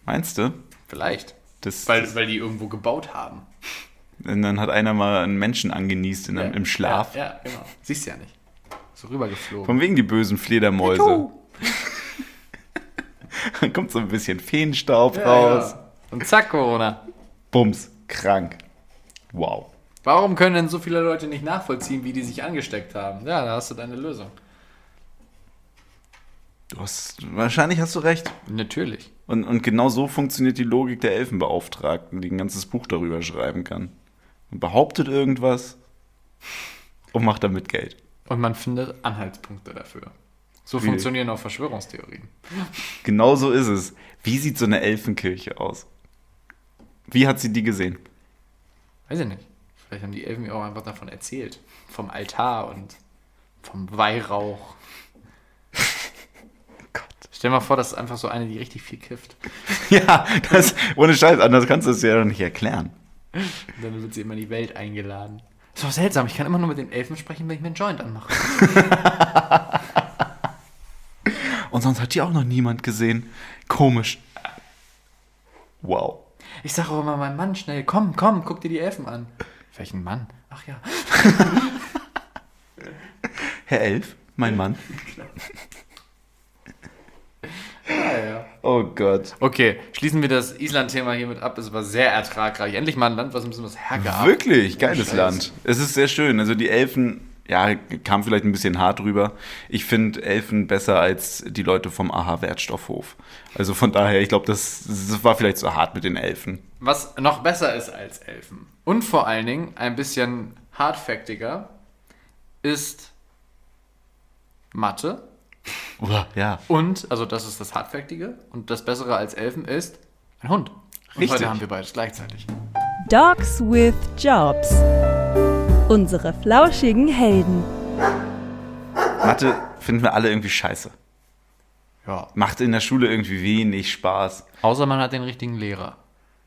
S2: Meinst du?
S3: Vielleicht.
S2: Das,
S3: Weil, weil die irgendwo gebaut haben.
S2: und dann hat einer mal einen Menschen angenießt in einem, im Schlaf.
S3: Ja, ja genau. Siehst du ja nicht. So rübergeflogen.
S2: Von wegen die bösen Fledermäuse. Dann kommt so ein bisschen Feenstaub raus.
S3: Ja. Und zack, Corona.
S2: Bums, krank. Wow.
S3: Warum können denn so viele Leute nicht nachvollziehen, wie die sich angesteckt haben? Ja, da hast du deine Lösung.
S2: Du hast, wahrscheinlich hast du recht.
S3: Natürlich.
S2: Und, und genau so funktioniert die Logik der Elfenbeauftragten, die ein ganzes Buch darüber schreiben kann. Und behauptet irgendwas und macht damit Geld.
S3: Und man findet Anhaltspunkte dafür. So
S2: Wie?
S3: funktionieren auch Verschwörungstheorien.
S2: Genau so ist es. Wie sieht so eine Elfenkirche aus? Wie hat sie die gesehen?
S3: Weiß ich nicht. Vielleicht haben die Elfen mir auch einfach davon erzählt. Vom Altar und vom Weihrauch.
S2: Gott.
S3: Stell dir mal vor, das ist einfach so eine, die richtig viel kifft.
S2: Ja, das, ohne Scheiß, anders kannst du es ja doch nicht erklären.
S3: Und dann wird sie immer in die Welt eingeladen. Das ist doch seltsam. Ich kann immer nur mit den Elfen sprechen, wenn ich mir einen Joint anmache.
S2: Und sonst hat die auch noch niemand gesehen. Komisch. Wow.
S3: Ich sage auch immer meinem Mann schnell, komm, komm, guck dir die Elfen an. Welchen Mann? Ach ja.
S2: Herr Elf, mein Mann.
S3: ja, ja.
S2: Oh Gott.
S3: Okay, schließen wir das Island-Thema hiermit ab. Es war sehr ertragreich. Endlich mal ein Land, was ein bisschen was hergab.
S2: Wirklich, geiles
S3: Scheiß.
S2: Land. Es ist sehr schön. Also die Elfen, ja, kam vielleicht ein bisschen hart rüber. Ich finde Elfen besser als die Leute vom AH-Wertstoffhof. Also von daher, ich glaube, das, das war vielleicht zu hart mit den Elfen.
S3: Was noch besser ist als Elfen und vor allen Dingen ein bisschen hardfaktiger ist Mathe.
S2: Oder? Ja.
S3: Und, also das ist das Hardfaktige und das Bessere als Elfen ist ein Hund. Und
S2: Richtig.
S3: heute haben wir beides gleichzeitig.
S1: Dogs with Jobs. Unsere flauschigen Helden.
S2: Mathe finden wir alle irgendwie scheiße.
S3: Ja.
S2: Macht in der Schule irgendwie wenig Spaß.
S3: Außer man hat den richtigen Lehrer.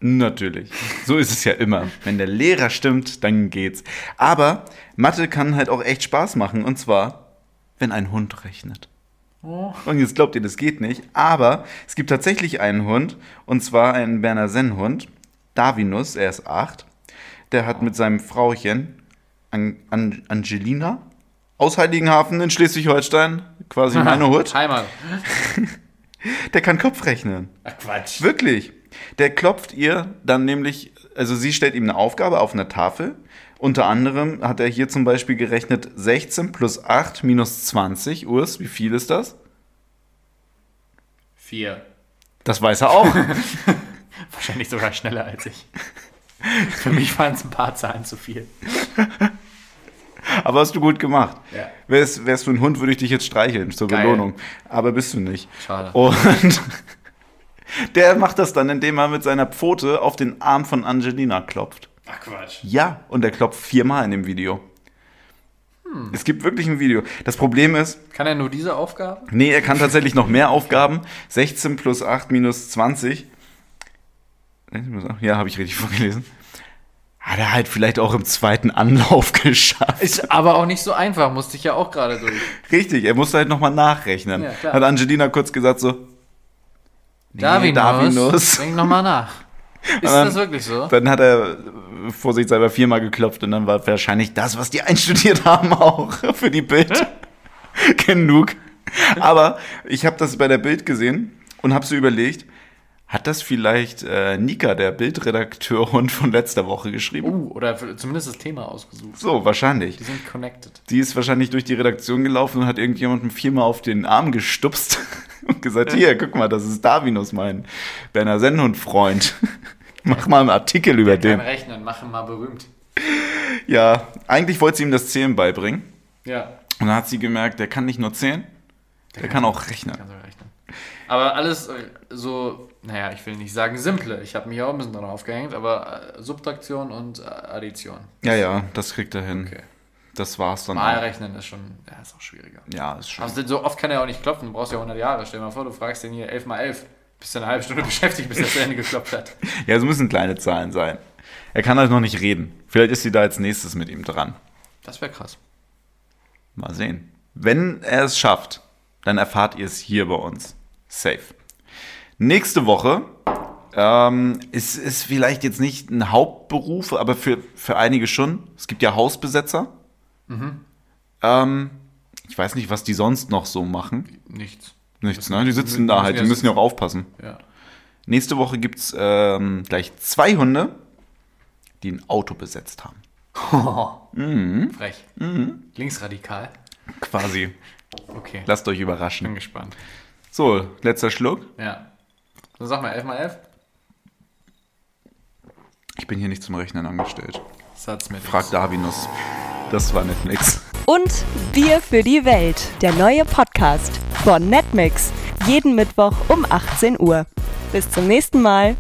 S2: Natürlich. So ist es ja immer. Wenn der Lehrer stimmt, dann geht's. Aber Mathe kann halt auch echt Spaß machen. Und zwar, wenn ein Hund rechnet. Und jetzt glaubt ihr, das geht nicht. Aber es gibt tatsächlich einen Hund. Und zwar einen Berner Sennhund. Davinus, er ist acht. Der hat mit seinem Frauchen An An Angelina aus Heiligenhafen in Schleswig-Holstein, quasi meine Hut,
S3: Heimat.
S2: der kann Kopf rechnen.
S3: Ach Quatsch.
S2: Wirklich. Der klopft ihr dann nämlich, also sie stellt ihm eine Aufgabe auf einer Tafel. Unter anderem hat er hier zum Beispiel gerechnet 16 plus 8 minus 20. Urs, wie viel ist das?
S3: Vier.
S2: Das weiß er auch.
S3: Wahrscheinlich sogar schneller als ich. Für mich waren es ein paar Zahlen zu viel.
S2: Aber hast du gut gemacht.
S3: Ja.
S2: Wärst, wärst du ein Hund, würde ich dich jetzt streicheln zur
S3: Geil.
S2: Belohnung. Aber bist du nicht.
S3: Schade.
S2: Und der macht das dann, indem er mit seiner Pfote auf den Arm von Angelina klopft.
S3: Ach Quatsch.
S2: Ja, und er klopft viermal in dem Video.
S3: Hm.
S2: Es gibt wirklich ein Video. Das Problem ist,
S3: Kann er nur diese Aufgabe?
S2: nee, er kann tatsächlich noch mehr Aufgaben. 16 plus 8 minus 20. 16 plus 8? Ja, habe ich richtig vorgelesen. Hat er halt vielleicht auch im zweiten Anlauf geschafft.
S3: Ist aber auch nicht so einfach, musste ich ja auch gerade durch.
S2: Richtig, er musste halt nochmal nachrechnen.
S3: Ja, klar.
S2: Hat Angelina kurz gesagt so, nee,
S3: Davinus,
S2: Davinus.
S3: denk nochmal nach. Ist
S2: dann-
S3: das wirklich so?
S2: Dann hat er äh, vorsichtshalber viermal geklopft und dann war wahrscheinlich das, was die einstudiert haben, auch für die Bild genug. Aber ich habe das bei der Bild gesehen und habe so überlegt, hat das vielleicht äh, Nika, der Bildredakteurin von letzter Woche, geschrieben?
S3: Uh, oder für- zumindest das Thema ausgesucht.
S2: So, wahrscheinlich.
S3: Die sind connected.
S2: Die ist wahrscheinlich durch die Redaktion gelaufen und hat irgendjemandem viermal auf den Arm gestupst und gesagt, hier, guck mal, das ist Davinus, mein Berner Sennhund-Freund. Mach mal einen Artikel über den.
S3: Beim Rechnen, machen mal berühmt.
S2: Ja, eigentlich wollte sie ihm das Zählen beibringen.
S3: Ja,
S2: Und dann hat sie gemerkt, der kann nicht nur zählen, der, kann auch rechnen.
S3: kann sogar rechnen. Aber alles äh, so, naja, ich will nicht sagen simple. Ich habe mich auch ein bisschen daran aufgehängt, aber äh, Subtraktion und äh, Addition.
S2: Ja, ja, das kriegt er hin.
S3: Okay.
S2: Das war's dann. auch.
S3: Malrechnen ist schon, ja, ist auch schwieriger.
S2: Ja, ist schön.
S3: Also, so oft kann er auch nicht klopfen, du brauchst ja 100 Jahre. Stell dir mal vor, du fragst den hier 11 mal 11. Bist du eine halbe Stunde beschäftigt, bis er zu Ende geklopft hat.
S2: Ja, es müssen kleine Zahlen sein. Er kann halt noch nicht reden. Vielleicht ist sie da als nächstes mit ihm dran.
S3: Das wäre krass.
S2: Mal sehen. Wenn er es schafft, dann erfahrt ihr es hier bei uns. Safe. Nächste Woche ähm, ist, ist vielleicht jetzt nicht ein Hauptberuf, aber für, für einige schon. Es gibt ja Hausbesetzer. Ähm, ich weiß nicht, was die sonst noch so machen.
S3: Nichts.
S2: Nichts,
S3: Müssen-
S2: ne? Die sitzen da halt, die müssen ja auch aufpassen.
S3: Ja.
S2: Nächste Woche gibt es ähm, gleich zwei Hunde, die ein Auto besetzt haben.
S3: Frech. Mhm. Linksradikal.
S2: Quasi.
S3: Okay.
S2: Lasst euch
S3: Bin
S2: überraschen.
S3: gespannt.
S2: So, letzter Schluck.
S3: Ja. Dann sag mal 11 mal 11.
S2: Ich bin hier nicht zum Rechnen angestellt.
S3: Satz mit.
S2: Frag Davinus. Das war nicht nix.
S1: Und Bier für die Welt, der neue Podcast von Netmix. Jeden Mittwoch um 18 Uhr. Bis zum nächsten Mal.